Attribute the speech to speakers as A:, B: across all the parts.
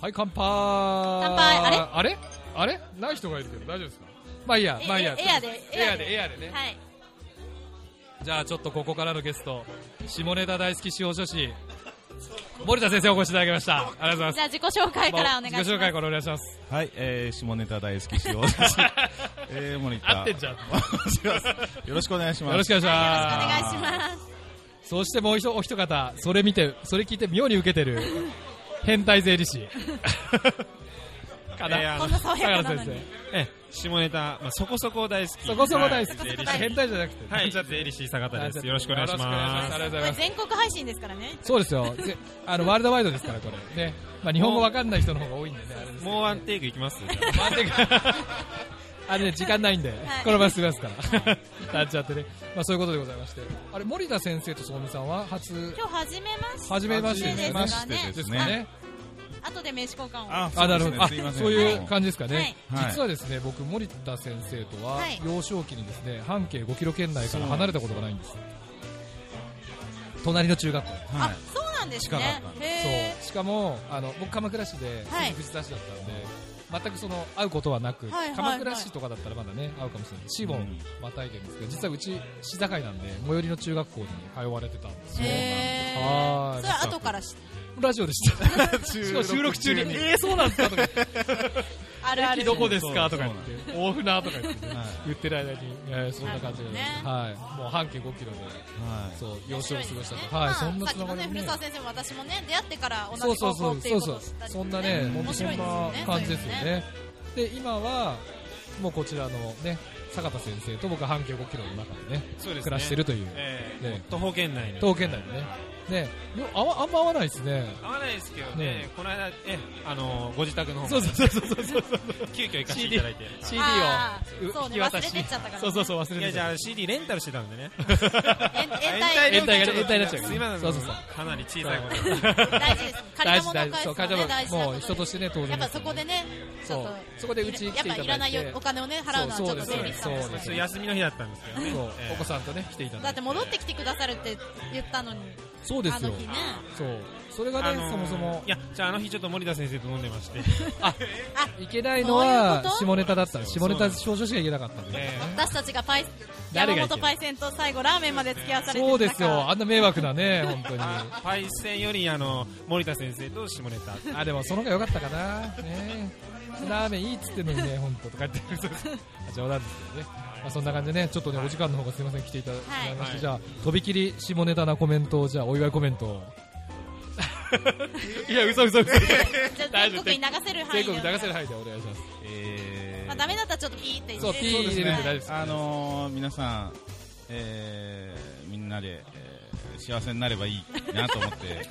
A: はい、乾杯
B: 乾杯あれ
A: あれあれない人がいるけど大丈夫ですかまあいいや、まあいいや。
B: えエアで
A: エアで、エアでね。
B: はい
A: じゃあちょっとここからのゲスト、下ネタ大好き使用女子、森田先生お越しいただきました。ありがとうございます
B: じ。ゃあ自己紹介からお願いします
A: 自己紹介からお願いします。
C: はい、えー、下ネタ大好き塩です。 えー、森田。
A: 合ってんじゃん
C: よろしくお願いします。
A: よろしくお願いしま
B: お願いします
A: す。そしてもう一お一方、それ見て、それ聞いて妙に受け てる、変態税理士。かな、
D: えーあ
B: こ
D: の
B: んな
A: 相
B: 爽やか
A: 良
B: なの
A: 先
B: に
A: 生。
D: ええ下ネタ、まあ、そこそこ大好き
A: そこそこ大好き。
D: はい税理士
A: 変態じゃなくて。
D: はい税理士坂田ですよろしくお願いし
A: あ
D: ま
A: りがとうご
B: こ
A: ざい
B: れ
A: ます。
B: 全国配信ですからね
A: そうですよ。ぜあの、ワールドワイドですから、これ。ね。まあ、日本語わかんない人の方が多いんでね、あれですす。
D: もうワンテイクいきます
A: 待ってく あれね、時間ないんで、
B: い
A: このまま進みますから。 なっちゃってね。まあ、そういうことでございまして。あれ、森田先生と相見さんは初、
B: 今日初めまして
A: 初めまして
B: です
A: ね。
B: が
C: 初めまして
B: ね
A: ですかね。
B: あ後で名刺交換を
C: あ、
A: あ、なるほど。あ、
C: すいません。
A: そういう感じですか
B: は
A: ね
B: い。
C: はい
A: 実はですね、僕、森田先生とは
B: はい、
A: 幼少期にですね、半径5キロ圏内から離れたことがないんです。隣の中学校。
C: じ。は
B: あ
C: い。
B: そうなんです
C: 近かっ
B: ね
C: たん
B: へ
A: そうしかもあの僕鎌倉市で
B: はい
A: 富士田市だったんで、全くその会うことはなく、
B: はいはいはい
A: 鎌倉市とかだったらまだね会うかもしれない市も
C: うん
A: またいでるんですけど実はうち市境なんで最寄りの中学校に通われてたんです
B: え
A: よ
B: へ
A: は
B: え
A: い
B: それ後から知っ
A: ラジオで知った しかも収録中に「えー、そうなんですか?」とか
B: あ
A: 「
B: るあ
A: 駅
B: る
A: どこ
B: で
A: ですか?」とか言って「大船」とか言ってね
C: はい。
A: 言ってる間に、えーそんな感じで、
B: なるほ
A: はい、もう半径5キロで
C: はい。
A: そう幼少を過ごしたと、
B: ま
A: はい、
B: あ
A: そんな
B: さ
A: つ
B: っき
A: なが
B: の
A: り
B: ね
A: もね
B: 古澤先生も私もね出会ってから同
A: そう
B: じ
A: そう
B: 高
A: そ
B: 校
A: う
B: ってい
A: そうう
B: こ
A: そ
B: とを
A: う
B: 知ったりと
A: そん
B: か
A: なね
C: うん
A: 本当そんな感じですよねで今はもうこちらのね坂田先生と僕は半径5キロの中でね
D: そうですね
A: 暮らしてるという、
D: ええ
A: ね
D: 徒歩圏内に
A: 東京圏内でねねよあわあんま合わないですね
D: 合わないですけどね
A: ね
D: この間ええあのご自宅の方
A: そう
D: まで
A: そうそうそうそう
D: 急遽行かせていただいて
A: CD
B: あー
A: を
B: そう
A: 引
B: ね
A: き渡し
B: 忘れてっちゃったからね
A: そうそうそう忘
D: い
A: れ
D: や
A: て
D: じゃ
A: た
D: あ CD レンタルしてたんでね
B: 延
A: 延
B: 延
A: 滞が
B: 滞
A: ね延滞になっちゃう
D: すいません
A: そうそう そう
D: かなり小さいこと
B: 大事です借りたものを返す
A: そう
B: の
A: 会社
B: はね
A: は
B: 大事な
A: も
B: こ
A: う
B: と
A: 人と
B: で
A: して
B: す
A: ね当然
B: やっぱそこでねち
A: そ
B: ょ
A: う
B: っと
A: そこでうちに来ていただいて
B: やっぱいらないお金をね払うのはちょっと
A: そう
B: 整理したもん
A: そうです
D: そう休みの日だったんですけどね
A: そう
D: ええ
A: お子さんとね来ていただ
B: だ
A: い
B: ってて戻ってきてくださるって言ったのに
A: そうです
B: あの
A: よ
B: 日ね
A: そうそれがね、
D: あのー
A: そもそも
D: いやじゃああの日ちょっと森田先生と飲んでまして
A: いけないのは
B: そういうこと
A: 下ネタだった下ネタ少女しかいけなかったんで、
D: ええ
B: 私たちがパイ
A: 誰が
B: 山
A: いけ
B: 本
A: る
B: パイセンと最後ラーメンまで付き合わされてきた
A: そうですよ、
B: か
A: あんな迷惑な ね、本当に。
D: パイセンよりあの森田先生と下ネタ
A: あ、でもその方が良かったかな。ねラーメンいいっつってんのにね、本当とか言って。あ冗談ですけどね。まあそんな感じでね、ちょっとね、お時間の方がすみません、来ていただきまして、
D: はい
A: じゃあ、とびきり下ネタなコメントを、じゃあ、お祝いコメント を。いや、嘘嘘嘘。
B: じゃあ
A: 大丈
B: 全
A: 夫
B: 国に流せる 範
A: 全
B: 囲で
A: 国流せる範囲でお願いします。
C: えー
B: まあダメだったらちょっとピーって言って
A: そう、ピー入れるんで大丈夫です。
C: あのー、皆さん、えー、みんなで、えー、幸せになればいいなと 思って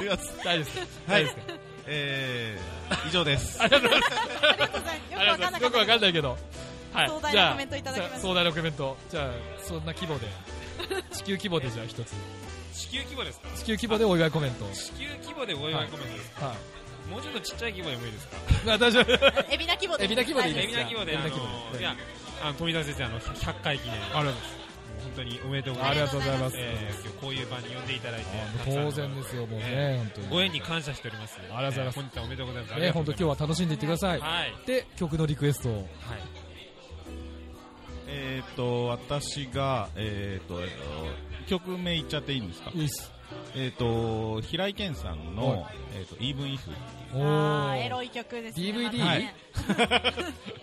C: おります。
A: 大丈夫です。
C: は
A: 大丈夫で
C: い
A: すか。
C: えー、以上です。
B: ありがとうございますよくわかんな
A: よく
B: か
A: わ
B: った
A: かんないけど。はい
B: 壮大な
A: じゃあ
B: コメントいただきました
A: 壮大なコメント。じゃあ、そんな規模で。地球規模でじゃあ一つ。
D: 地球規模ですか
A: 地球規模でお祝いコメントを。
D: 地球規模でお祝いコメントです
A: は
D: かもうちょっとちっちゃい規模でもいいですか
A: い。あ大丈夫。
B: エビナ規模で
A: エビナ規模でいい
D: エ
A: で
D: ビ
A: す
D: ナ規模であの
A: エビナ規模で
D: いやあの富田先生あの100回記念
A: ありがとうござい
D: 本当におめでとうご
A: ます。あ
D: ざいます
A: りがとうございます。
D: えー今日こういう場に呼んでいただいて
A: あ当然ですすよ、もうね、本当
D: ご
A: に。
D: 縁に感謝しております
A: ありがとうございます
D: えー本日はおめでとうございます
A: ね、本当今日は楽しんでいってください。
D: はい
A: で、曲のリクエストを。
D: はい
C: えーっと、私が、えーっと、えーっと、曲名言っちゃっていいんですか
A: いいっす。
C: えーっと、平井堅さんの、
A: は
C: えーっと、イーブンイフ。
A: お
B: あーエ
A: ー。
B: ロい曲ですね
A: DVD？
B: またね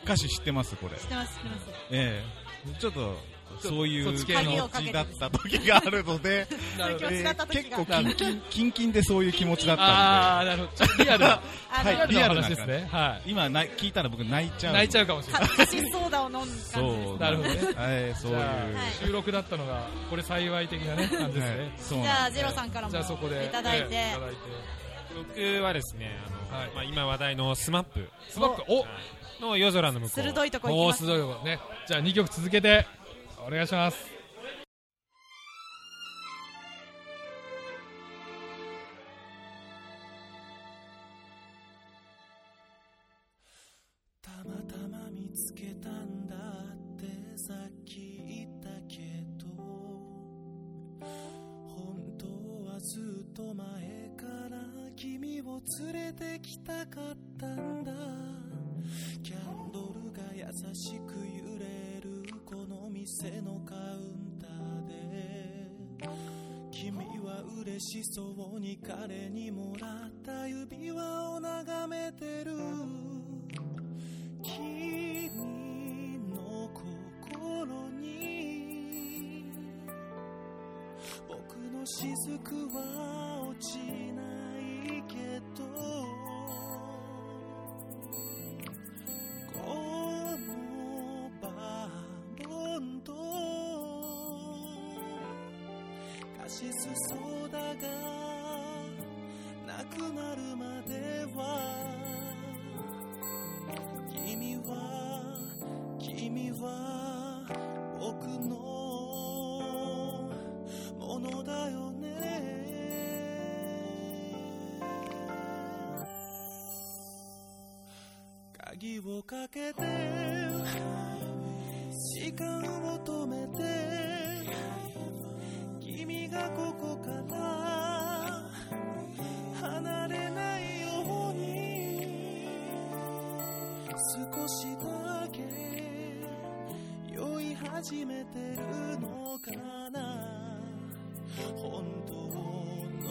C: 歌詞知ってますこれ
B: 知。ってます知ってます
C: ええちょっと、そうい
A: そうっち
C: 気
A: 系の
C: 持ちだった時があるの で、
A: なるほど
B: 気持ちだった時が
C: 結構キンキン、キンキンでそういう気持ちだった
A: あー、なるほど。ちょっとリアルな、
B: あ
C: は
B: の
C: い
A: リアルな話ですね。は
C: ので、今ない聞いたら僕泣いち
A: い。
C: ゃう。
A: 泣いちゃ
C: う。
A: うかもしれ ない。
B: カシスソーダを飲んだ感じです
C: そう。
A: なるほどね
C: はい、そ
A: じ
C: ういう。
A: ゃ
B: は
A: あ
B: い
A: 収録だったのが、これ幸い的なね、感じです
C: はい
A: ね。
C: そう
B: じゃ
C: な
B: あ
C: ん
B: ジロさんからも
A: じゃあそこで。
B: いただいて
A: ええいただいて。
D: 僕はですねあの、
A: はい
D: まあ、今話題のスマップ
A: スマップ、お
D: の夜空の向こう
B: 鋭いとこ行
A: お
B: き
A: ー
B: ますす
A: ごいわねじゃあ2曲続けてお願いします
E: たまたま見つけたんだってさっき言ったけど本当はずっと前から君を連れてきたかったんだキャンドルが優しく揺れるこの店のカウンターで君は嬉しそうに彼にもらった指輪を眺めてる君の心に僕の雫は落ちないけどこのバーボンとカシスソーダがなくなるまでは君は君は僕のものだよね鍵をかけて時間を止めて君がここから離れないように少しだけ酔い始めてるのかな本当の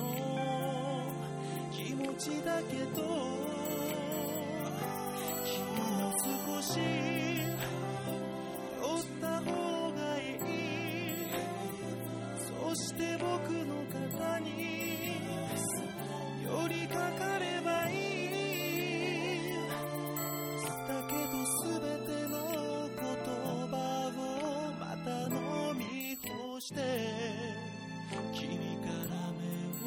E: 気持ちだけど君も少し酔った方がいいそして僕の肩に寄りかかればいいだけどすべての言葉をまた飲み干して君から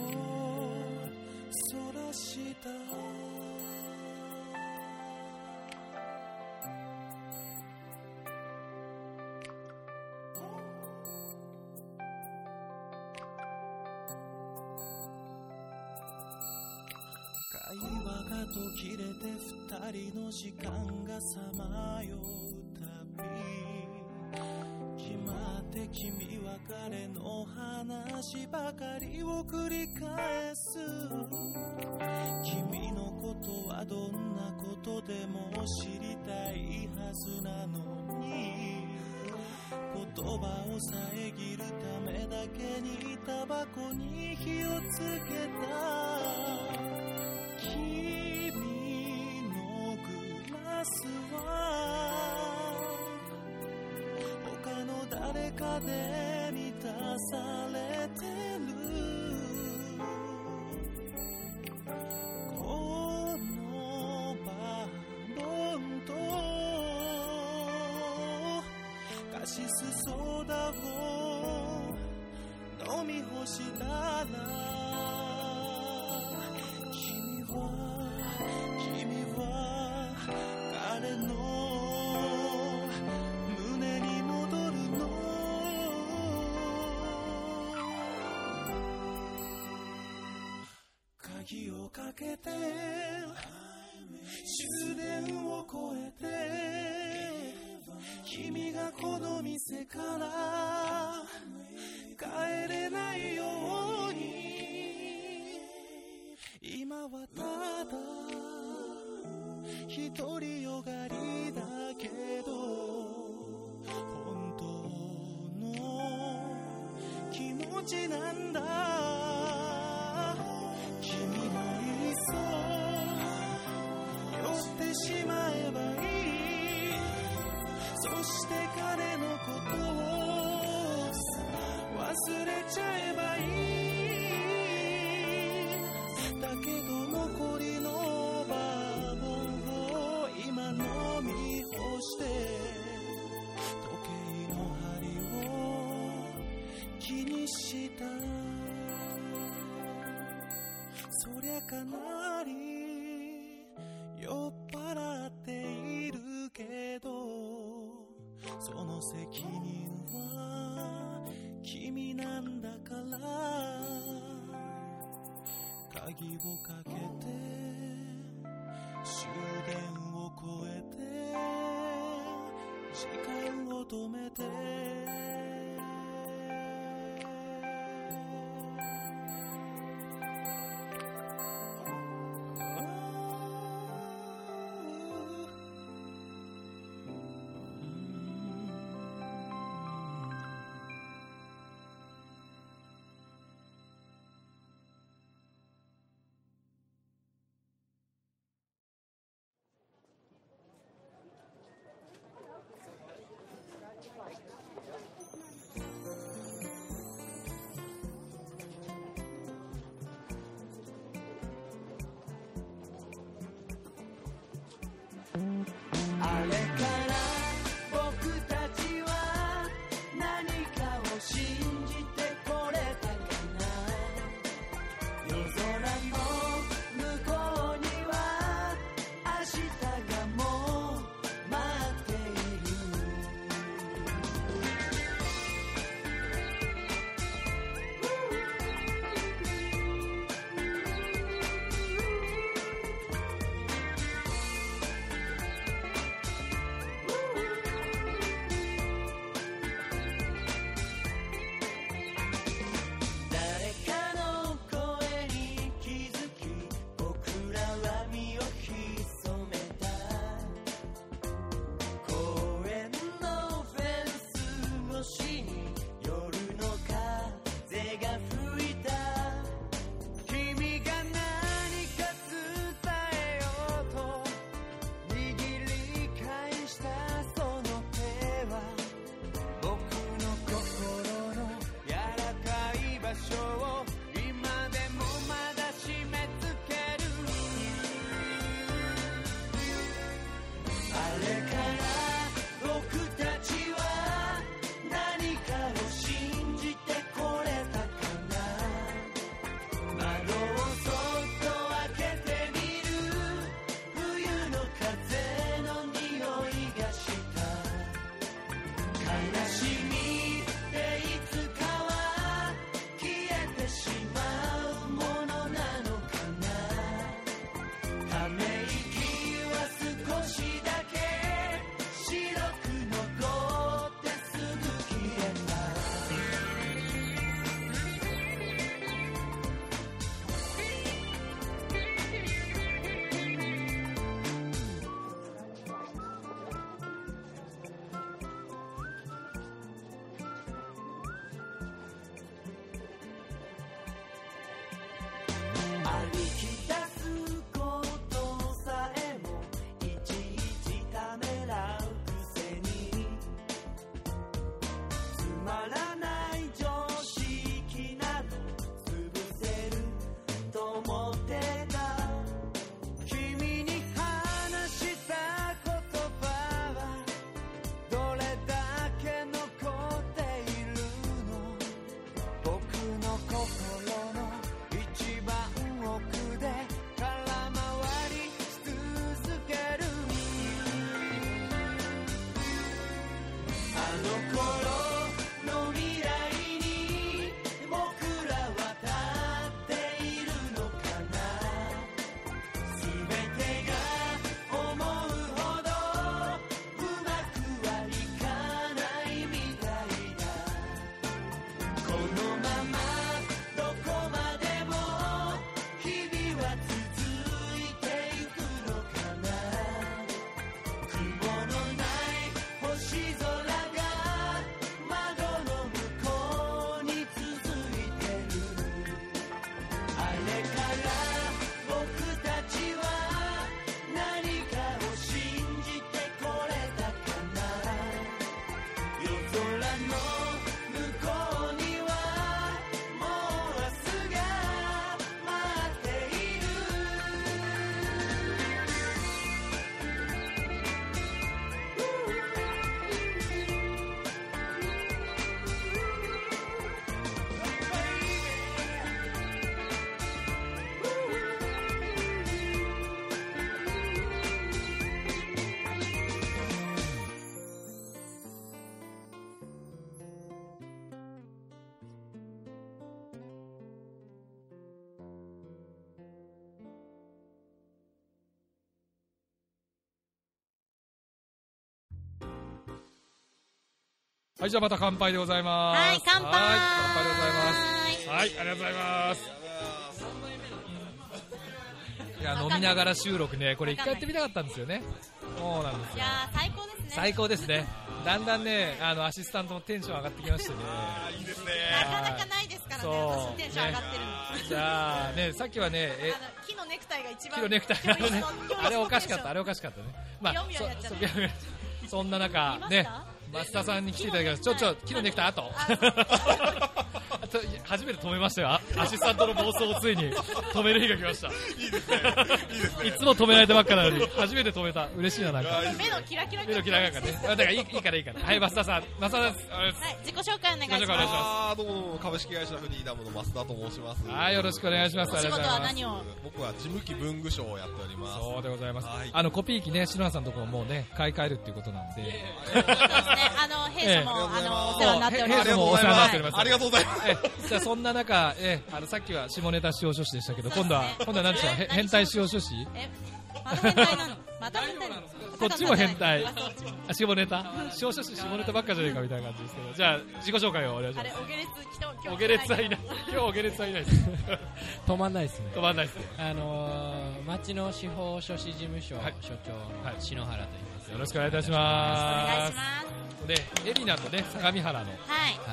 E: 目をそらした会話が途切れて二人の時間がさまようたび決まって君は彼の話ばかりを繰り返す君のことはどんなことでも知りたいはずなのに言葉を遮るためだけにタバコに火をつけた君のグラスは他の誰かで満たされてるこのバーボンとカシスソーダを飲み干したら君は君は彼の胸に戻るの鍵をかけて終電を越えて君がこの店から帰れないように今はただ独りよがりだけど本当の気持ちなんだ君もいっそ寄ってしまえばいいそして彼のことを忘れちゃえばいいだけど残りのバーボンを今飲み干して時計の針を気にしたそりゃかなり酔っ払っているけどその責任は君なんだから鍵をかけて終電を越えて時間を止めて吐き出すことさえもいちいちためらうくせにつまらない常識など潰せると思ってた君に話した言葉はどれだけ残っているの僕の心の一番奥で空回りし続けるあの頃の未来に僕らは立っているのかな「すべてが思うほどうまくはいかないみたいだ」「このままどこまでも日々は続いていくのかな」「雲のない星空が窓の向こうに続いてる」あれから僕たちは何かを信じてこれたかな夜空の向こうにはもう明日が待っている
A: はい、じゃあまた乾杯でございます。
B: はい、乾杯
A: はい乾杯でございます。はい、ありがとうございます。いや、飲みながら収録ね、これ一回やってみたかったんですよね。そうなんですよ
B: いや。ー最高ですね。
A: 最高ですね。だんだんね、あの、アシスタントのテンション上がってきましてね。
F: いいですね
B: なかなかないですからね。
A: そう
B: 私テンション上がってるの。
A: じゃあね、さっきはね、え
B: あ、の木のネクタイが一番
A: キロネクタイあれ ね
B: 今日一、番
A: あれおかしかった、あ
B: 今
A: れおかしかったね。まあ
B: ビヨンビヨンやっちゃった
A: そそビヨンビヨンそんな中、
B: 見
A: ね
B: ました、
A: 増田さんに来ていただきました。ちょ、ちょ、キロネクタイ後。 あと初めて止めましたよ。あアシスタントの暴走をついに止める日が来ました。いつも止められてばっかなのに、初めて止めた。嬉しいな、なんか。
B: 日目のキラキラ
A: 目のキラキラがね。あだからいいいいからいいから。はい、増田さん。増田さんです。ありがとうございます
B: はい、自己紹介お願いします。
A: 自己紹介お願いしま
C: あーどうもどうも株式会社フリーダムの増田と申します
A: はい、よろしくお願いします。
B: お仕事は
A: あり
B: 何
A: がとうございます
B: を
C: 僕は事務機文具賞をやっております
A: そうでございます。
C: はい
A: あの、コピー機ね、篠原さんのところもうね、買い替えるっていうことなんで。
B: そうですね、あの弊社も、
C: ええ
B: あのお世話になっておりま
A: あ
B: す。
A: りがとうございます
C: ありがとうございます
A: えじゃあそんな中、えあのさっきは下ネタ使用書士でしたけど、
B: そう
A: 今
B: ですね
A: 度は、今度は何でしょう、へ
B: 何
A: 変態使用書士
B: え、また変態なの？また変態なの？
A: こっちも変態
B: あそう
A: あ、下ネタ使用書士下ネタばっかじゃねえかみたいな感じですけど、じゃあ自己紹介をお願いし
B: あ
A: ま
B: れ
A: す。
B: オゲレツ人今日
A: おげれつはいない。今日おげれつはいないです。
G: 止まんないですね
A: 止まんないですね。
G: あのー、町の司法書士事務所
A: はい
G: 所長
A: はい
G: の篠原と言います、
A: よろしくお願いいたし
B: お願
A: ま
B: いします。
A: す。で、海老名とね、相模原の
B: はい。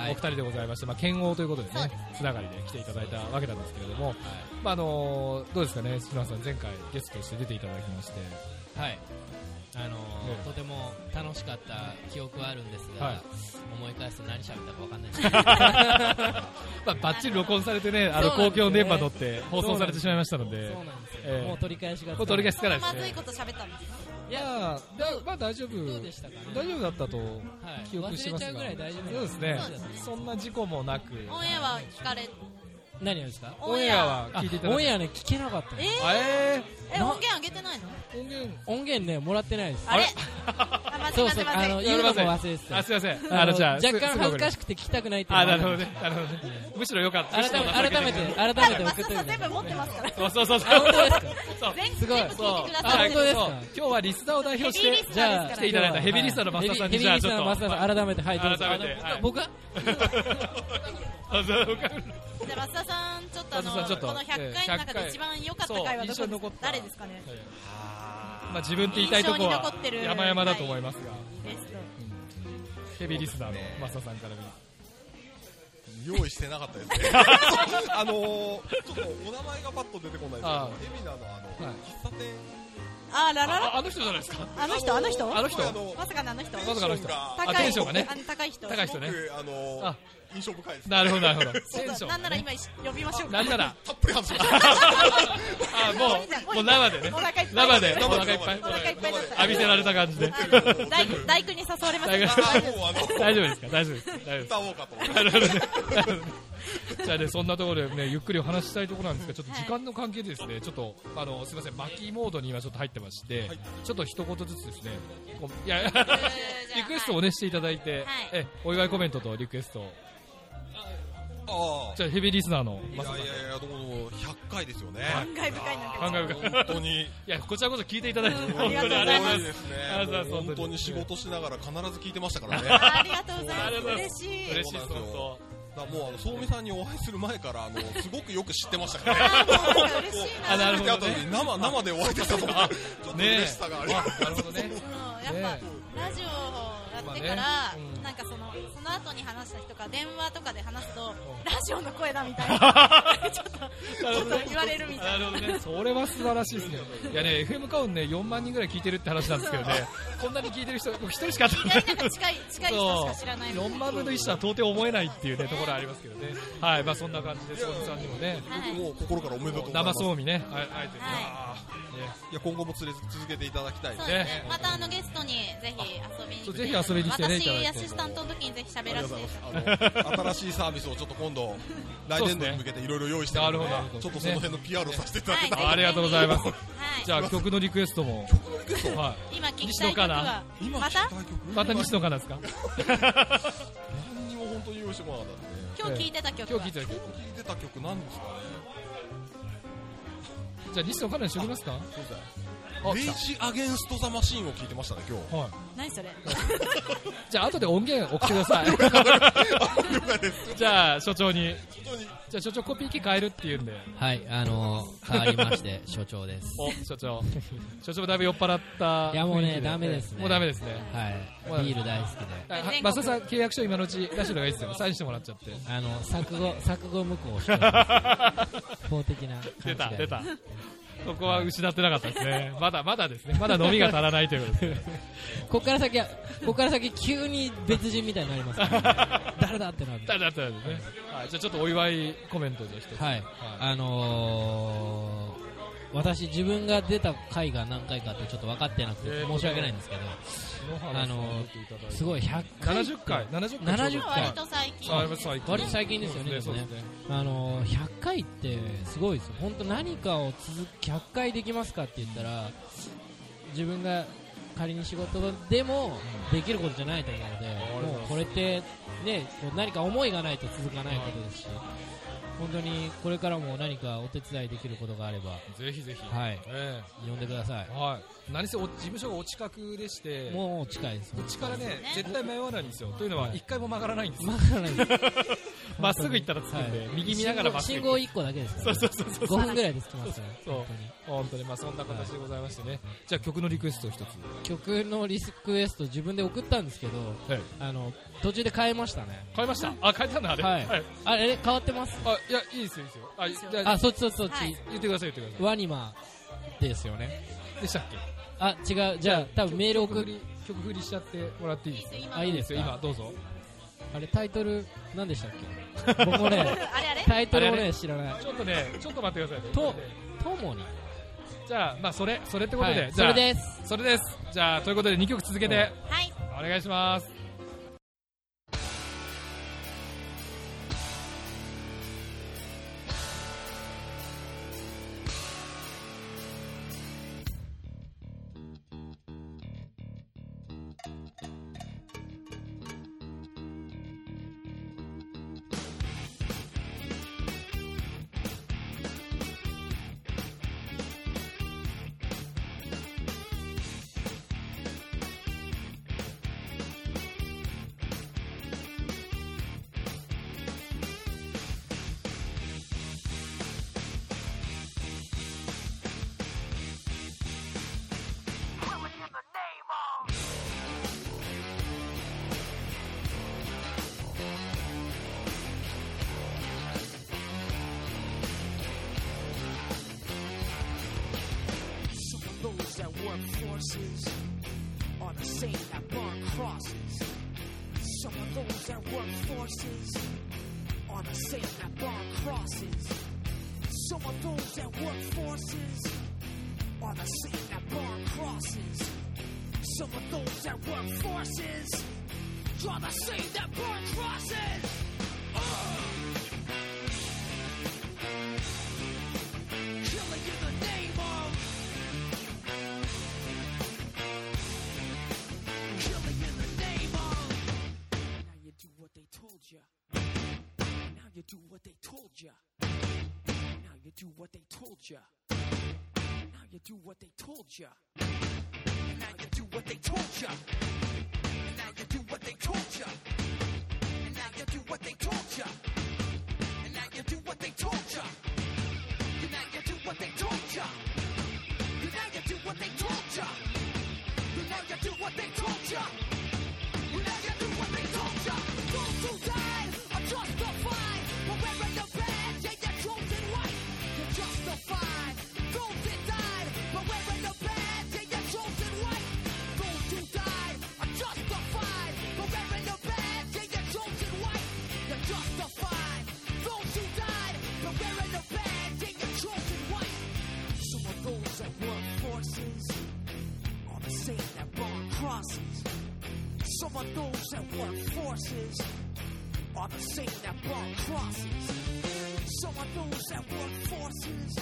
G: はい
A: お二人でございまして、まあ、剣王ということで
B: そう
A: ね
B: ですね
A: つながりで来ていただいたわけなんですけれども、まああのどうですかね、篠原さん、前回ゲストとして出ていただきまして、
G: はいあのー
A: ね
G: とても楽しかった記憶はあるんですが、
A: はい
G: 思い返すと何喋ったか分かんないですそ
A: まあ、ばっちり録音されてね、あの
G: そうな
A: 公
G: んですよ
A: 共の
G: ね
A: 電波乗って放送されてしまいましたので、
G: うなんですよ、
A: ええ
G: もう取り返しがつかない
A: もう取り返し
B: そんな
A: つか
B: ま
A: ない
B: ず
A: で
B: い
A: すね
B: こと喋ったんです。
A: いやーだまあ大丈夫、
G: どうでしたかね
A: 大丈夫だったと
G: はい
A: 記憶してます
G: 忘れちゃうぐ
A: が、
G: らい大丈夫
A: そうですね
B: そうですね、
A: そんな事故もなく、
B: オンエアは聞かれ、
G: 何をですか
A: オンエアは聞いていた
G: あ
A: だ
G: オ
A: い
G: ン
A: て、
G: エアね聞けなかったんです
B: え
A: あえ
B: え
G: な
B: 音源上げてないの？
A: ー、音源、
G: 音源ねもらってないです
B: あれ？
A: あ
B: あまず
G: そう
B: ま
G: そ
B: ず
G: う
B: ま
G: あ
B: ず。
G: の
B: は い。
G: 言うのも忘れてた
A: あすいません、あのじゃあ、
G: 若干恥ずか
A: し
G: しくて聞きたくないっていう
A: あ
G: のも
A: な
G: ある
A: る
G: ん
A: ほど
G: です
A: ね、なるほどね、むしろよかった、
G: 改め改めて改めて送っ
B: 松
G: といてくだ
B: 田さん全
G: さ
B: 部
G: い
B: 持ってますから。
A: そうそうそうそう、
G: あ本当ですか
A: そう
B: 全部
G: すごい
B: 全部聞いてくだ
G: あ
B: さ
G: 本
B: る。
G: 当ですか
A: そう今日はリスナーを代表し
B: ヘビ
A: て
B: ーリスナー、
G: じゃあ
A: 来ていただいたヘビーリスナーの増田さん
G: ヘ
A: に
G: ビーリスナーの増田
A: じゃあ
G: さん改めてはいどうぞ
A: 改めて
G: あの僕は
A: あそう僕は
B: じゃあ増田さんちょっとあの
A: 増田さんちょっと
B: この100回の中で一番良かった回はど
A: そう印象に
B: こです
A: 残っ
B: か
A: た
B: 誰ですかね
A: まあ、自分って言いたいとこ
B: 印象に
A: は
B: 残ってる
A: 山々だと思いますが、
B: ベスト
A: ヘビーリスナーの増田さんから見
H: 用意してなかったですねあのー、ちょっとお名前がパッと出てこないですけど
A: ああ
H: 海老名のあの、
A: はい
H: 喫茶店
I: あーららら
A: ああの人じゃないですか
I: あの人あの人
A: あの人
H: あの
I: まさかのあの人
A: まさかの人
H: あ
A: あテンションがね
I: あの高い人
A: 高い
H: す
A: 人
H: ごく
A: ね
H: あのー
A: あ
H: 印象深いです
A: なるほどなるほど
I: そう
A: テンシ
I: だ
A: ョン
I: な
A: が
I: んなら
A: ね
I: 今呼びましょうか
A: なんなら
H: たっぷり話しました
A: あもうもう生でね
I: お腹いっぱい
A: 生でお
H: 生で
A: 腹いっぱい
I: お腹いっぱいだった
A: 浴びせられた感じで
I: はい大大工に誘われました
A: 大工
I: 大丈夫
H: もうあの
A: 大丈夫ですか大丈夫です大丈夫です
H: 歌おうかと思って
A: なるほどね。じゃあね、そんなところでね、ゆっくりお話ししたいところなんですが、ちょっと時間の関係でですね、ちょっと、あの、すみません、巻きモードに今ちょっと入ってまして、ちょっと一言ずつですね、こういや、リクエス トをね、していただいて、え、お祝いコメントとリクエストを、
H: あ
A: じゃあヘビーリスナーの、まさ
H: あいやいやいやどうも100回ですよね
I: 感慨深いなんか
A: 考え深い。
H: 本当に
A: いや、こちらこそ聞いていただいて、
I: うん
A: 本当にありがとうございます。
H: すごいですねもう本当に仕事しながら必ず聞いてました からねだか
I: ありがとうございます嬉しい
A: 嬉しいです、
H: そうなんですよ
A: 本
H: らもうあのそうみさんにお会いする前からあのすごくよく知ってましたからね
I: あーもうなんか嬉しい
A: あなるほ
H: で
A: ど
H: あとね生生でお会いできたとかちょっと
A: 当。ね
H: 嬉しさがあります
A: あなるほどね。
I: なうんやっ
A: ね
I: ぱラジオをやってから、
A: まあねうん
I: なんかそのその後に話した人が電話とかで話すと、ラジオの声だみ たいなちょっとちょっと言われるみたいな
A: なるほどね。それは素晴らしいですね。いやね、FM カウンね、4万人ぐらい聞いてるって話なんですけどね、こんなに聞いてる人、僕一人しか
I: 意外になんか近い近い人しか知らないみたい
A: 4万分の1とは到底思えないっていうね、ところありますけどね。はい、まあそんな感じで、そうみさんにもね、
I: な、はい
H: もう心からおめでとうございま
A: 生
H: す
A: そうみね、ああえてね
I: はい
H: や今後も連れ続けていただきたいで
I: そう
H: す
I: です
A: ね
I: ね、またあのゲストにぜひ遊びに来て
A: そうぜひ遊びに来てねいただい
I: 私
A: て
I: やしさんとの時にぜひ喋らせていただ
H: あの新しいサービスをちょっと 今度来年度に向けていろいろ用意してるの
A: なるほどなるほ
H: で
A: ど
H: ちょっとその辺の PR をさせていただきたい
A: あありがとうございます。
I: はい
A: じゃあ曲のリクエストも。は
I: 今聞きたい曲は
H: 今
I: ま
H: 聞
I: た
H: きい曲
A: い。また西野かなですか
H: 何にも本当に用意してもらわなかったんで
I: 今日聞いてた曲
A: 今
I: は
A: 日聞いてた曲。
H: 今日聞いてた曲なんですかね
A: じゃあ西野かなにしときますか
H: そうだ
A: あ、
H: レイ
A: 来
H: ジ・アゲンスト・ザ・マシーンを聞いてましたね今日
A: た。はい。
I: 何それ
A: じゃあ後で音源送ってください。
H: 了解です
A: じゃあ所長に。
H: 本当に
A: じゃあ所長コピー機変えるって言うんで。
J: はい、あのー、変わり まして、所長です。
A: お、所長。所長もだいぶ酔っ払った。
J: いやもうね
A: 雰囲気
J: ダメですね
A: もうダメですね。ま
J: は
A: だ
J: い、ビール大好きで。
A: はい
I: 全国
A: 増田さん、契約書今のうち出してのがいいですよ。サインしてもらっちゃって。
J: あの、錯誤、錯誤無効をしております。法的な感じ
A: 出
J: で。
A: た、出た。そこは失ってなかったですね。まだまだですね。まだ飲みが足らないということ ですね。
J: こっから先は、こっから先急に別人みたいになります から、誰だってなる。
A: だだだですね。はい、じゃあちょっとお祝いコメントで一つ。
J: はい、あのー、私自分が出た回が何回かってちょっと分かってなく
A: えー
J: て申し訳ないんですけど、あのー、すごい100回
A: 七十回、七十回。
J: 70
I: 割
J: 回
I: と最近
A: あ最近
J: 割と最近ですよね
A: そうですね。
J: あのー100回ってすごいですよ、本当何かを続く100回できますかって言ったら自分が仮に仕事でもできることじゃないと思うので、もうこれって、ね、こう何か思いがないと続かないことですし、本当にこれからも何かお手伝いできることがあれば、
A: そうですねぜひぜひ。
J: はい、
A: え
J: 呼んでくださ
A: えはい。何せお事務所がお近くでして。
J: い、もう近いです、
A: うちからね、絶対迷わないんですよ。というのは、
J: はい
A: 一回も曲がらないんですよ。
J: 曲がらないです
A: まっすぐ行ったら着くんで
J: はい
A: 右見ながらまっすぐ
J: 信号1個だけですから、
A: そうそうそうそう
J: 5分ぐらいで着きますから、
A: そう
J: 本当に。
A: 本当に、まあそんな形でございましてね。じゃあ曲のリクエストを一つ。
J: 曲のリクエスト自分で送ったんですけど
A: はい。
J: あの途中で変えましたね
A: 変えましたあ、変えたんだ、あれ。
J: はいあれ変わってます
A: あ、いや、いいですよ、いいですよ。あ、じゃあ
J: あそっちそっちそっち、
I: はい
A: 言ってください、言ってくださ
J: ワニマですよね
A: い。でしたっけ
J: あ違うじゃあ多分メール
A: 曲
J: 送
A: 振
J: り
A: り、曲振りしちゃってもらっていいですか
J: あいいです
A: よ、今
J: か、
A: どうぞ。
J: あれタイトル何でしたっけ僕 もね
I: あれあれ
J: タイトルを
A: あれあ
J: ね知らない
A: ちょっとね、ちょっと待ってくださいね。
J: とともに
A: じゃあ、まあそれ、それってこと
J: は
A: で、
J: い
A: じ
J: そ
A: ゃあ
J: れです
A: それです。じゃあ、ということで2曲続けて、
I: はい
A: お願いします。
K: 「
L: enemies that work forces are the same that burn crosses. Some of those that work forces are the same that burn crosses. Some of those that work forces are the same that burn crosses. Some of those that work forces are the same that burn crosses. Killing in the name of. Killing in the name of. Now you do what they told ya. Now you do what they told ya. Now you do what they told ya. Now you do what they told ya. And now you do what they told ya. And now you do what they told ya. And now you do what they told ya. And now you do what they told ya. You now you do what they told ya. You now you do what they told ya. You now you do what they told ya. You now you do what they told ya. Those who died are justified. We're wearing the badge, yeah, you're chosen white. You're justified. Those that died, we're wearing the badge, yeah, you're chosen white. Those who died are justified. We're wearing the badge, yeah, you're chosen white. You're justified. Those who died, we're wearing the badge, yeah, you're chosen white. Some of those that work forces are the same that burn crosses. Some of those that work forces are the same that burn crosses. Some of those that work forces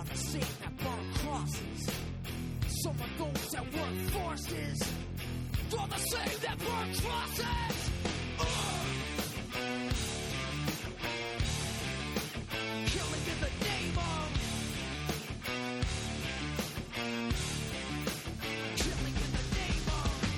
L: are the same that burn crosses. Some of those that work forces are the same that burn crosses. Killing in the name of. Killing in the name of.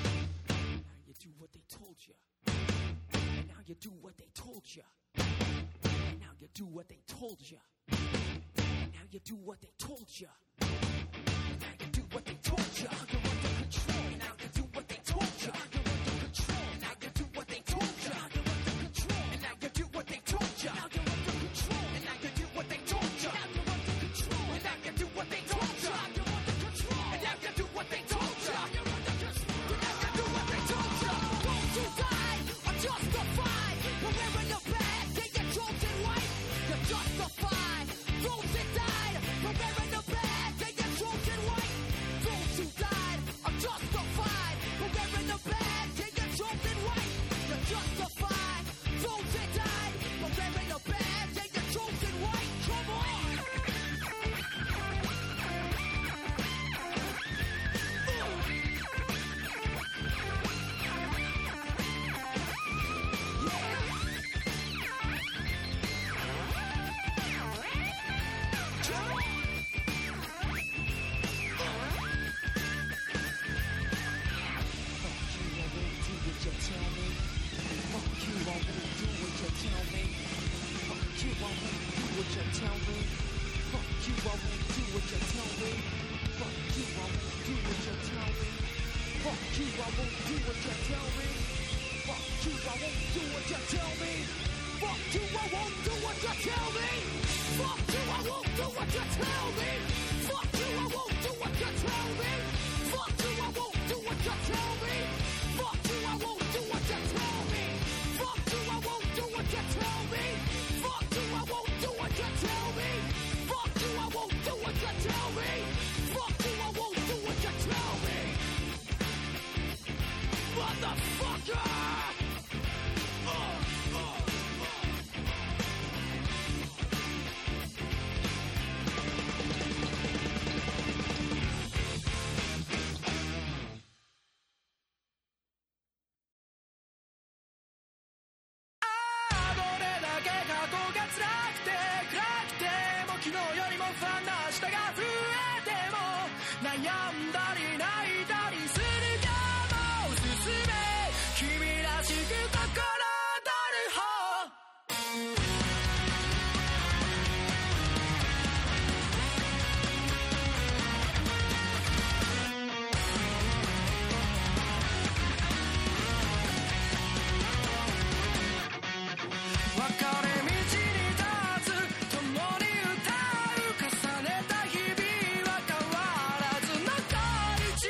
L: Now you do what they told you. And now you do what they told you. And now you do what they told you. And now you do what they told you. And now you do what they told you. Now you're under control. And now you do what they told you. Now you're under control. And now you do what they told you. Now you're under control. And now you do what they told you. Now you're under control. And now you do what they told you. Now you're under control. And now you do what they told you. Now you're under control. And now you do what they told you. Now you're under control. And now you do what they told you. Those who die are justified. We're wearing the badge. They get chosen white. You're justified. Those that died are wearing the badge. They get chosen white. Those who died are justified. We're wearing the badge. They get chosen white. You're justified. Those that died are wearing the badge. They get chosen white. Come on. Fuck you, I won't do what you tell me. Fuck you, I won't do what you tell me. Fuck you, I won't do what you tell me. Fuck you, I won't do what you tell me. Fuck you, I won't do what you tell me. Fuck you, I won't do what you tell me. Fuck you, I won't do what you tell me. Fuck you, I won't do what you tell me. Fuck you, I won't do what you tell me. Fuck you, I won't do what you tell me. Fuck you, I won't do what you tell me. Fuck you, I won't do what you tell me. Fuck you, I won't do what you tell me. Fuck you, I won't do what you tell me. Fuck you, I won't do what you tell me. Fuck you, I won't do what you tell me. Motherfucker! Uh, uh.
E: あどれだけ過去が辛くて暗くても昨日よりも不安な明日が増えても悩んだり泣いたりするがもう進め君らしく心躍る方別れ道に立つ共に歌う重ねた日々は変わらずに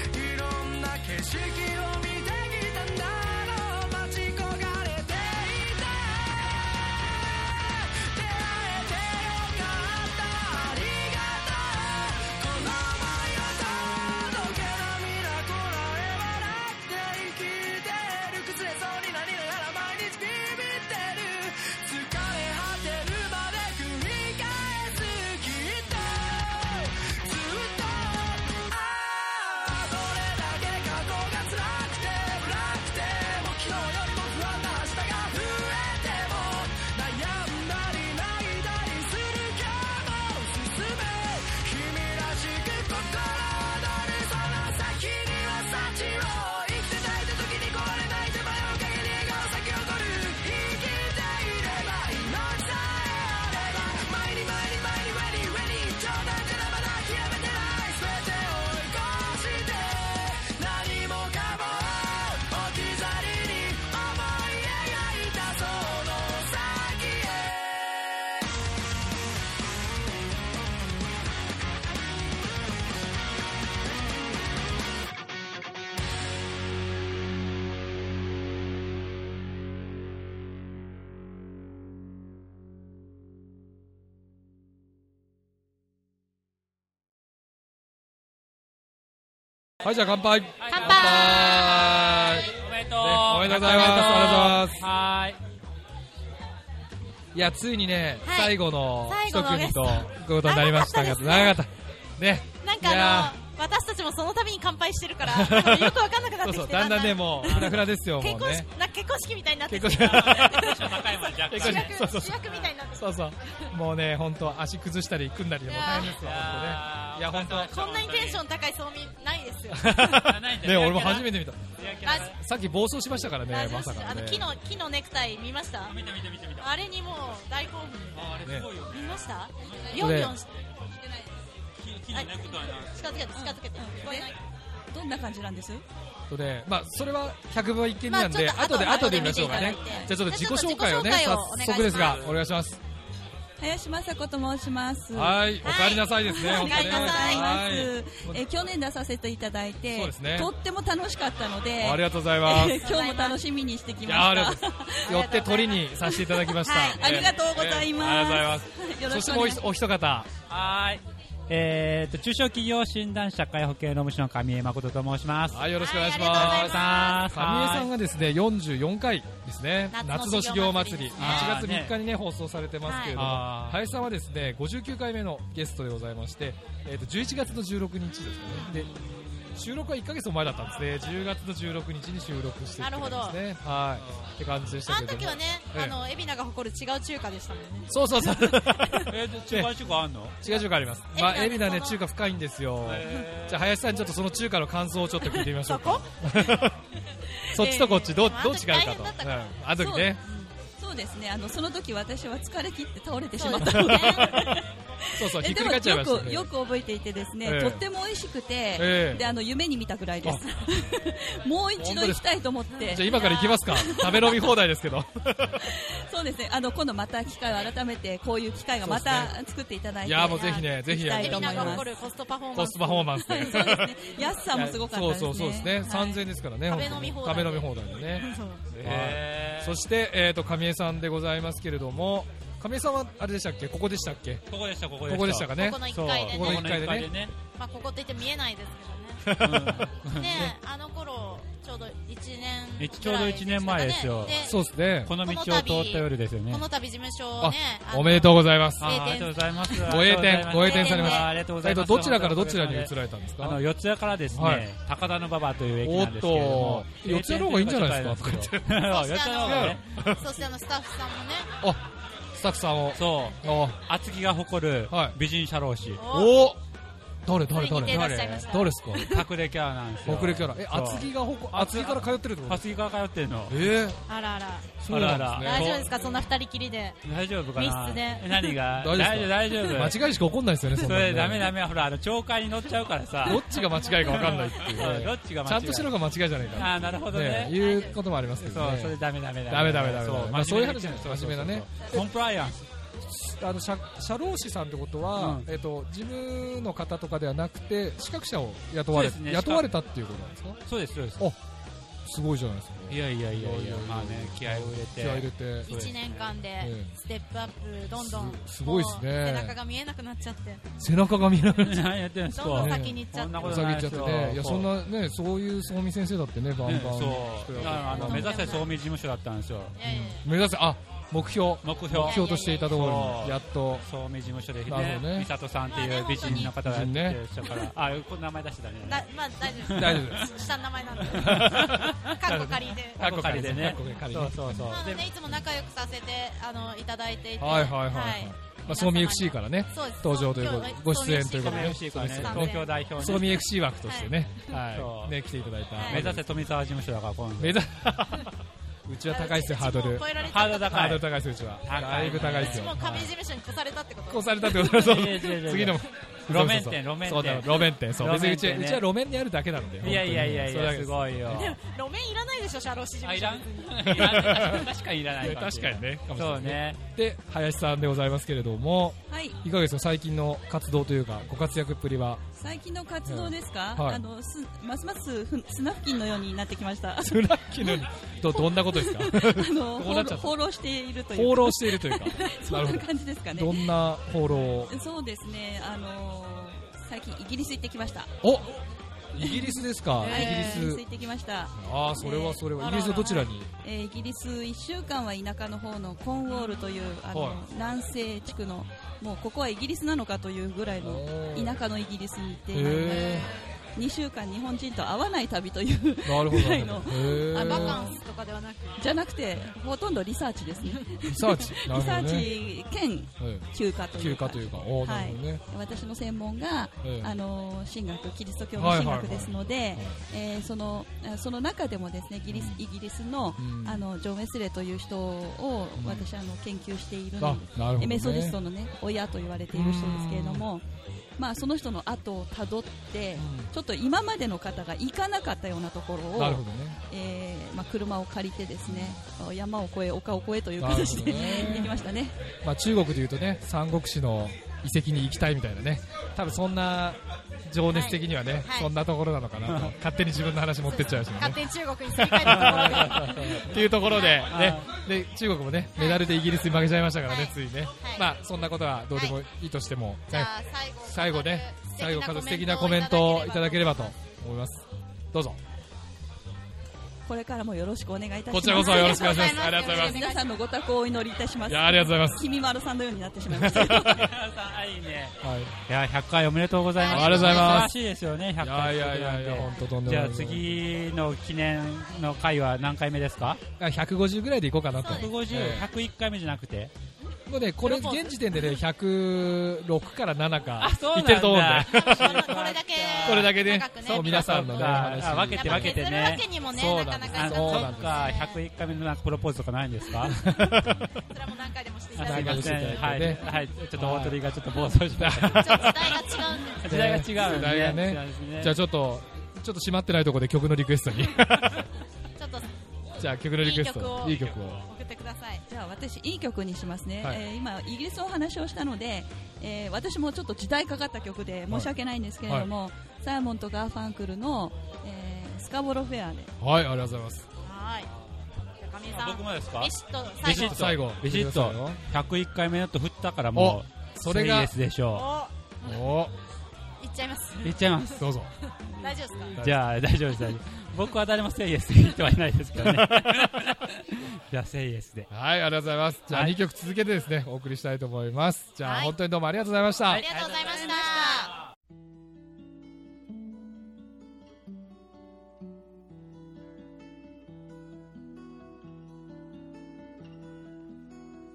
K: 景色を見てきたんだろう待ち焦がれていた出会えてよかったありがとうこの想いは届けなみなこらえ笑って生きてる崩れそうになりながら毎日ビビってる疲れ果てるまで繰り返すきっとずっとああどれだけ過去が辛くて暗くても昨日よりも不安な明日が増えても悩んだり泣いたりする今日も進め君らしく心躍るその先には幸を生きてたいって時に壊れない手前を陰に笑顔咲き誇る生きていれば命さえあれば前に前に前に前に上に冗談じゃまだ諦めてない全てを追い越して何もかも置き去りに思い描いたその先へ
A: はい、じゃあ乾杯。
B: 乾杯
A: お
B: お
A: め
B: め
A: でとうおめでとう
B: でとう。
A: ございます。ありがとうございます。
J: はい
A: いや、ついにね、
B: はい
A: 最後の
B: 最
A: 一
B: 後のゲ
A: 組
B: スト
A: と、いうことになりましたが、長かった。ね。
B: なん
A: いや
B: かあの私たちもその度に乾杯してる からなんかよくわかんなくなってきて
A: そうそうだんだんねもうフラフラですよもうね
B: 結婚式なんか結婚式みたいになってきて
A: 結婚式
B: 若いもん 若
A: 干そう
B: 主
A: そう
B: 役
A: そ
B: 主
A: う
B: 役みたいになってきて
A: そうそう。もうね、本当足崩したり組んだりでもう大変ですわ、本当ね。いや、本当。
B: こんなにテンション高いそうみないですよ
A: ね、俺も初めて見た。
B: あ
A: さっき暴走しましたから
B: あ
A: ね、まさか
B: あ
A: の
B: の
A: ね。
B: 木の木のネクタイ見ました見た見た見た見たあれにもう大興奮
A: ね
B: 見ました
A: こ
B: ヨン
A: れ
B: ヨンしてないです近づけて近づけて聞こえない
L: どんな感じなんです
A: とね、まあ、それは百分は一見なんで、
L: まあちょ
A: 後
L: っと
A: で、後
L: 後
A: で
L: で
A: 見ましょうかね
L: 見ていた。だ
A: じ
L: いて
A: ゃあちょっと自己紹介をね、
L: じゃあちょ
A: 早
L: っと自己紹介を
A: 速ですが、
L: お願いします
A: お願いします。
L: 林雅子と申します
A: はい、お帰りなさいですね、
L: お
A: 本当
L: 願い
A: ね。
L: なさいます、
A: は
L: えー去年出させていただいて
A: そうですね
L: とっても楽しかったので
A: ありがとうございます
L: 今日も楽しみにしてき
A: い
L: ま
A: やありが
L: し
A: と
L: た
A: うございます。寄って鳥にさせていただきました。
L: はいありがとうございます
A: ねありがとうございます
L: よろしくお願い
A: そしてもう一お一方。
M: はい。えー、と中小企業診断士社会保険労務士の上江誠と申します。
A: はい、よろしくお願いします。神江さん
M: が
A: がですね、44回ですね、夏の
M: 夏
A: 修
M: の修
A: 行
M: 行
A: 祭
M: 祭
A: り、
M: り
A: 1月
M: あーね
A: 3日にね、放送されてますけれども、
M: は
A: 林さんはですね、59回目のゲストでございまして、えっと、11月の16日ですね。で、収録は1ヶ月も前だったんですね、10月の16日に収録してきて
B: なるほど
A: ですね、はい、って感じでした
B: あ
A: け
B: の
A: れども。
B: 時はね
A: ええ
B: あの海老名が誇る違う中華でしたもんね
A: そうそうそう。
M: え
A: ね
M: 中華あんの
A: 違う中華あります。まあ、海老名ね、中華深いんですよ。じゃあ、林さん、ちょっとその中華の感想をちょっと聞いてみましょうか。そっちとこっち、どう
L: え、ー
A: どう違うかと。う
L: まああの時大変だった
A: ん
L: から
A: あの時ね。
L: そうですねあのその時私は疲れ切って倒れてしまったので
A: そうそう、
L: え
A: ひっ
L: で
A: くり
L: も
A: 返っちゃいま
L: よ
A: した
L: く
A: ね。
L: よく覚えていてですね、
A: ええ
L: とっても美味しくて、
A: ええ
L: であの夢に見たぐらいです もう一度行きたいと思って
A: じゃあ、今から行きますか。食べ飲み放題ですけど。
L: そうですね。あの今度また機会を改めてこういう機会がまた作っていただいて、
A: いやもうぜひねぜひ
L: 行きた
A: やり
L: い
A: た
L: と
A: い
L: 思い
B: が
L: ま
B: 誇るコストパフォーマンス
A: コストパフォーマンスで。
L: 安さもすごかったですね
A: そうそうそうですね。三千円ですからね。
L: 食べ
A: 本当に
L: 飲み放題で
A: 食べ飲み放題でね
L: そう。
A: はいそしてえっと上江さんでございますけれども、上江さんはあれでしたっけ？ここでしたっけ？
M: ここでしたここ
A: こ
M: でした
A: こでしたかね。
B: ここの一
A: そう
B: 回でね
A: ここの一回で
M: ここの一回
A: ね
M: で。ね
B: まあここって言って見えないですけどね ねえあの頃ちょうど一年
M: えちょうど1年前ですよ
B: で。
A: そうですね
M: この道を通った夜ですよね
B: こ。の度事務所をねあの
A: おめでとうございます。
M: あーありがとうございます。
A: ご栄転ご栄転されます
M: あーありがとうございます。
A: えっとどちらからどちらに移られたんですか
M: あの四谷からです
A: はい
M: ね、高田の馬場という駅なんですけれど
A: おっ
M: も。
A: と四谷の方がいいんじゃないですか
M: 栄転というかちょっとあれなんですけど四谷の方がね。
B: そしてあのスタッフさんもね
A: あ、スタッフさんを。
M: そう。厚木が誇る美人社労士。
A: おお誰誰
M: それ
A: 誰
M: に出てらっしゃいました
A: 誰ですか
M: 隠れキャラなんですよ。
A: 隠れキャラえ
M: そう
A: 厚木が誇厚木から通ってるってこと
M: 厚木から通ってるの。
A: ええ。
B: あらあら
M: そうなんですね
B: 大丈夫ですかそんな二人きりで
M: 大丈夫かな
B: 密室で
M: え何が
A: 大丈夫ですか
M: 大丈夫大丈夫
A: 間違いしか起こんないですよねそ
M: そ
A: んなのね
M: れダメダメほらあの懲戒に乗っちゃうからさ
A: どっちが間違いか分かんないっていうね
M: そうどっちが間違い
A: ちゃんとしろが間違いじゃないか
M: あーなるほどね
A: いうこともありますけどね
M: そうそれダメダメ
A: ダメダメダメ
M: そう
A: まあそういう
M: 真面
A: 話
M: 目な
A: なんです真面目なね
M: コンプライアンス
A: あの社社労士さんってことは、
N: うん
A: えっと事務の方とかではなくて資格者を雇われ、
M: そうですね
A: 雇われたっていうことなんですか。
M: そうですそうです
A: あすごいじゃないですか。
M: いやいやいやいや
A: いやいやいや
M: まあね気合を入れて
A: 気合い入れて
M: そうです
B: 1年間で
A: え
B: ステップアップどんどん
A: すすごいっすね
B: もう背中が見えなくなっちゃって
A: 背中が見えなくなっ ちゃう
M: やってるんですか
B: どんどん先に行っちゃって
M: そんなこ
A: お
M: と
A: 酒
M: ない
A: 行っちゃ
M: で
A: っ
M: す
A: て
M: よ
A: ねいやそんなねそういう総見先生だってねバンバン、
M: そういやあの目指せ総務事務所だったんですよ
A: 目指せあ目標
M: 目標
A: 目標としていたところ
M: そう
A: にやっと
M: 総務事務所で
A: なる
M: ね
A: ほどね
M: 美里さんっていう美人の方がやってらっしゃるか
A: 美人
M: らあこの名前出してたね
B: だまあ大丈夫です
M: 大丈夫です
B: 下の名前なん で
M: な
B: カ
M: る
B: ッ
M: ほ
B: コ
M: ど
B: 仮で
M: カッコ仮でね
A: カッコ仮で
M: そうそうそう
B: まあねいつも仲良くさせてあのいただいていて
A: はいはいはいはい、まあ、ソーミ FC からね
B: そうです
A: 登場ということ
B: 今日
A: ご出演ということで、ね、
M: ソーミ FC からね
A: そうです
M: 東京代表ね
A: ソーミ FC 枠としてね,、はい
M: そう
A: ね来ていただいた、
M: 目指せ富澤事務所だから今度
A: 目指 うちは高いですよハードル
B: 超えられちゃった
A: ハードル高いハードル高いですようちはだいぶ高いですよ
B: もう亀井事務所に越されたってこと
A: こうされたってことだそう
B: いやいやいやいや
A: 次の
M: 路面店路面店
A: そうだ路面店そう別にうち
M: 路面店ね
A: うちは路面にあるだけなので
M: いやいやいや
A: 本
M: いや
A: 当にそれだけです
M: ごいよ
B: でも路面いらないでしょ社労士事務所
M: いらん確かにいらない
A: や確かにねかもしれない
M: そうね
A: で林さんでございますけれども、
L: はい
A: いかがですか最近の活動というかご活躍っぷりは
L: 最近の活動ですか、
A: はい
L: あのすますますふ砂付近のようになってきまし たあ
A: スラッキーのようにどどんなことですか
L: の
A: こうなっちゃった
L: 放浪しているというか
A: 放浪しているというか
L: そん
A: る
L: な
A: ほど
L: 感じですかね
A: どんな放浪を
L: そうですねあの最近イギリス行ってきました
A: おイギリスですか、
L: はい
A: イギリス
L: 行ってきました
A: ああそれはそれは、
L: えー
A: イギリスのどちらに
L: えーイギリス1週間は田舎の方のコーンウォールというあの、
A: はい
L: 南西地区のもうここはイギリスなのかというぐらいの田舎のイギリスに行ってまいりました
A: へ
L: 2週間日本人と会わない旅という
A: なるほど
L: ぐらいの
A: へーあバ
B: カンスとかではなく
L: じゃなくてほとんどリサーチですね
A: リサーチなるほ
L: リ
A: ど
L: サ
A: ね
L: ーチ兼休暇という
A: 休暇というかおーな
L: は
A: る
L: い
A: ほどね、
L: 私の専門が、
A: ええ
L: あの神学キリスト教の神学ですの
A: はい
L: で
A: はいはい
L: えーそのあその中でもですねイギリスイギリスの,、
A: うん
L: あのジョン・ウェスレーという人を私、あの研究している
A: あ
L: の
A: なるほどね
L: メソディストの、ね、親と言われている人ですけれども。まあ、その人の後をたどって、ちょっと今までの方が行かなかったようなところを、
A: なるほどね
L: えーまあ、車を借りてですね山を越え、丘を越えという形
A: なるほど
L: で
A: ね
L: 行きましたね。
A: まあ、中国でいうとね三国志の遺跡に行きたいみたいなね多分そんな情熱的にはね、そんなところなのかなと勝手に自分の話持ってっちゃうしね
B: 勝手に中国にすり替えたところで
A: っていうところで,、ね、で中国もねメダルでイギリスに負けちゃいましたからね、ついね、まあそんなことはどうでもいいとしても、ね最後ね最後素敵なコメントをいただければと思いますどう ぞ
L: これからもよろしくお願いいたします。
A: こちらこそよろしくお願いしますありがとうございます
L: 皆さんのご多幸をお祈りいたします。
A: いやありがとうございます
L: 君丸さんのようになってしまいました。
M: い いね
A: はい
M: いや100回おめでとうございます
A: ありがとうございます
M: 素晴らしいですよね100回
A: いやいやいやいや本当とんで
M: じ
A: も
M: ゃ
A: な
M: あ
A: い
M: 次の記念の回は何回目ですか
A: あ150ぐらいでいこうかなとええ
M: 150101回目じゃなくて
A: もうねこれ現時点でね106から7か
M: そう
A: いっ
M: なんだ
A: てると思うんで
B: これだけ
A: これだけね
B: 高くね
A: そう皆さんのね話
M: あ分けて分けて
B: やっぱ削
M: ね
B: るわけにもね
M: そうなん
B: な
M: です
B: かなか
M: あ
B: そうなん
M: そ
B: で
M: っ
B: す
M: か101回目のなんかプロポーズとかないんですかそれも
B: 何回でもしてい
A: ただいて
M: ません
A: は
M: はいい、はい、ちょっと大鳥がちょっと暴走した
B: 時代が違うんです
M: 時代が違うね
A: 時代が
M: 違うん
A: ね
M: ですね
A: じゃあちょっとちょっと閉まってないところで曲のリクエスト に
L: ちょっと
A: じゃあ曲のリクエスト
L: い
A: い
L: い
A: い
L: 曲
A: 曲
L: を
A: を
L: 送ってください。じゃあ私いい曲にしますね。
A: はい
L: えー今イギリスのお話をしたので、えー私もちょっと時代かかった曲で申し訳ないんですけれども、サイモンとガーファンクルの、えースカボロフェアで。
A: はいありがとうございます
B: はいじゃあ亀井さん
M: 僕もですか
B: ビシッと
M: ビ
B: 最
M: シ
B: 後
M: ッとビシッと101回目だと振ったからもう
A: おそれが
M: スリーエースでしょ
A: うお
B: いっちゃいます
M: いっちゃいますどうぞ
B: 大丈夫ですか
M: じゃあ大丈夫です大丈夫僕は誰もセイエスに言ってはいないですけ どねじゃあセイエスで
A: はいありがとうございますじゃあ2曲続けてですねお送りしたいと思いますじゃあ本当にどうもありがとうございました
B: ありがとうございました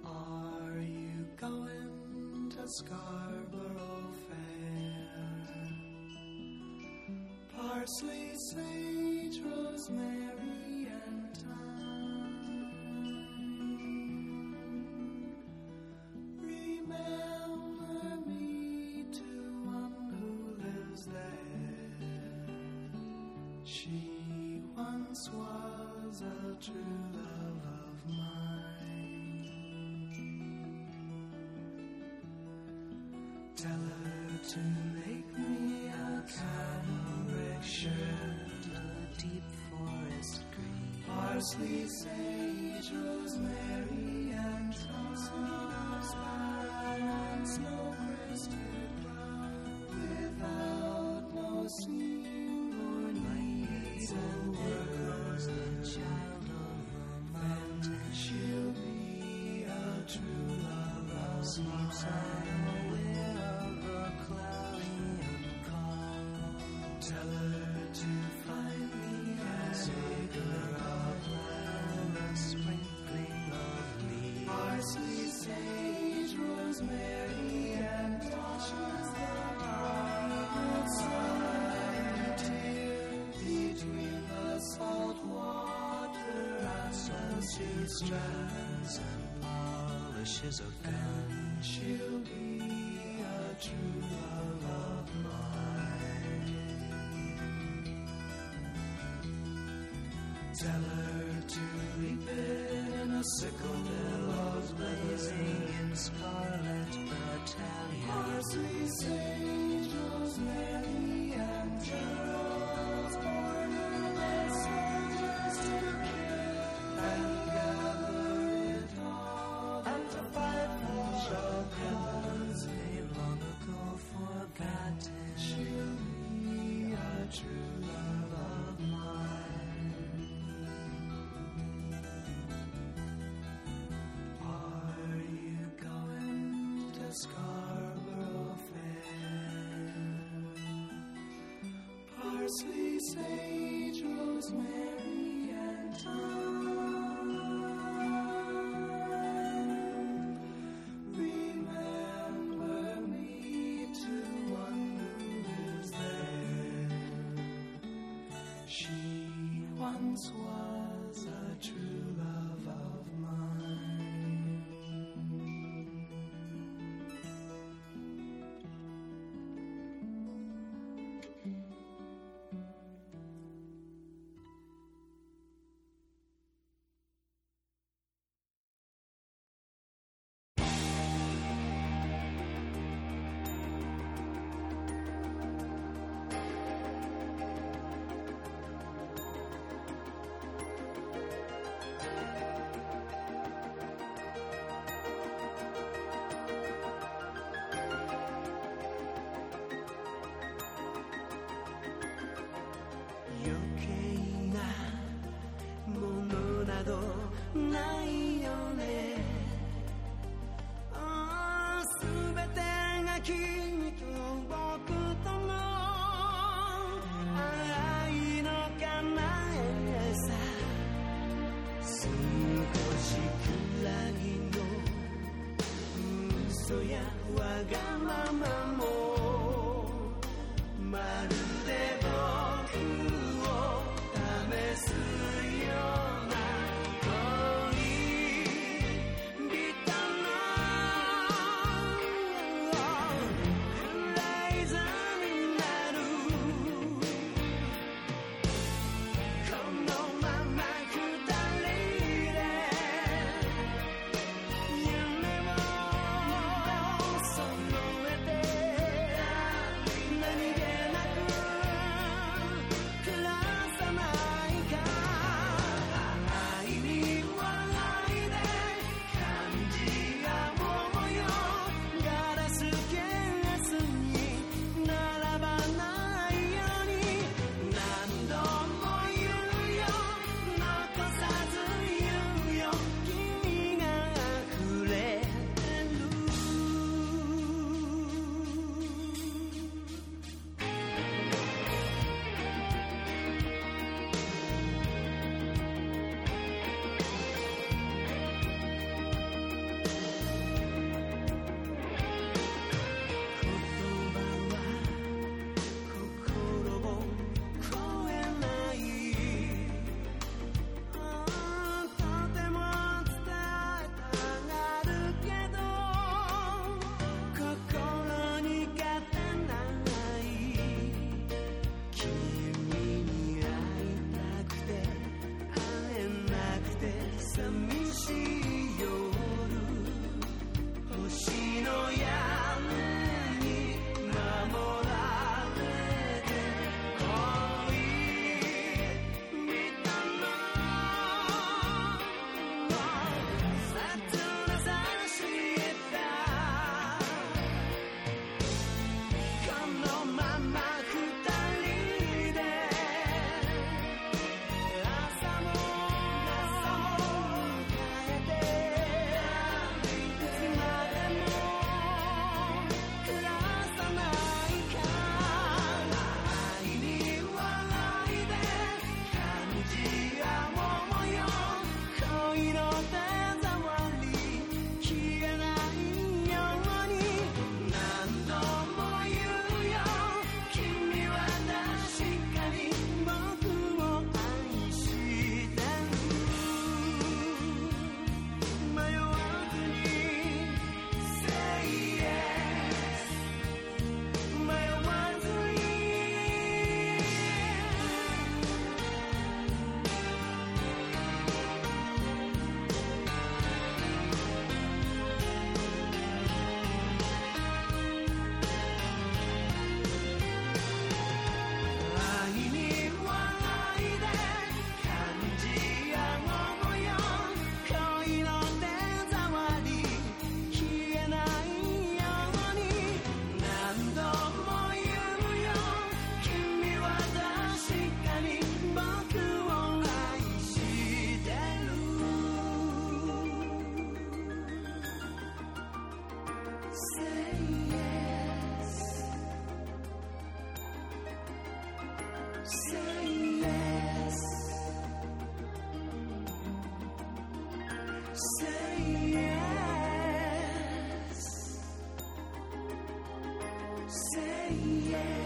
E: 「Are you going to Scarborough Fair? Parsley, sage, rosemary, and thyme. Remember me to one who lives there. She once was a true love of mine. tell her to make me a cambric shirt of deep forest green. Parsley, sage, rosemary, and johnson of sparrow and snow crested without no seam or needs and workers, the child of a mountain. She'll be a true love of sleeps unaware of a cloudy and calm. Tell her to find me a figure of love, a sprinkling of leaves. Parsley, sage, rosemary, and ashes that are outside. Between the salt water associate strands and polishes of gun, she'll be a true love of mine. Tell her to leap in a sickle bill of blazing in scarlet battalion. Parsley, sage, rosemary, and geraniums born as soldiers to kill and gather it all and to fight for the cause they long ago forgotten. She'll be a true love of mine. Are you going to Scarborough Fair? Parsley, sage, rosemary, and thyme. Remember me to one who lives there. She once was a true love of mine.余計なものなどないよねああ全てが君と僕との愛の叶えさ少しくらいの嘘やわがままもまるで僕を試すような恋人のライザーになるこのまま二人で夢をそえて何気なく繰り
K: say yes. Say yes. Say yes.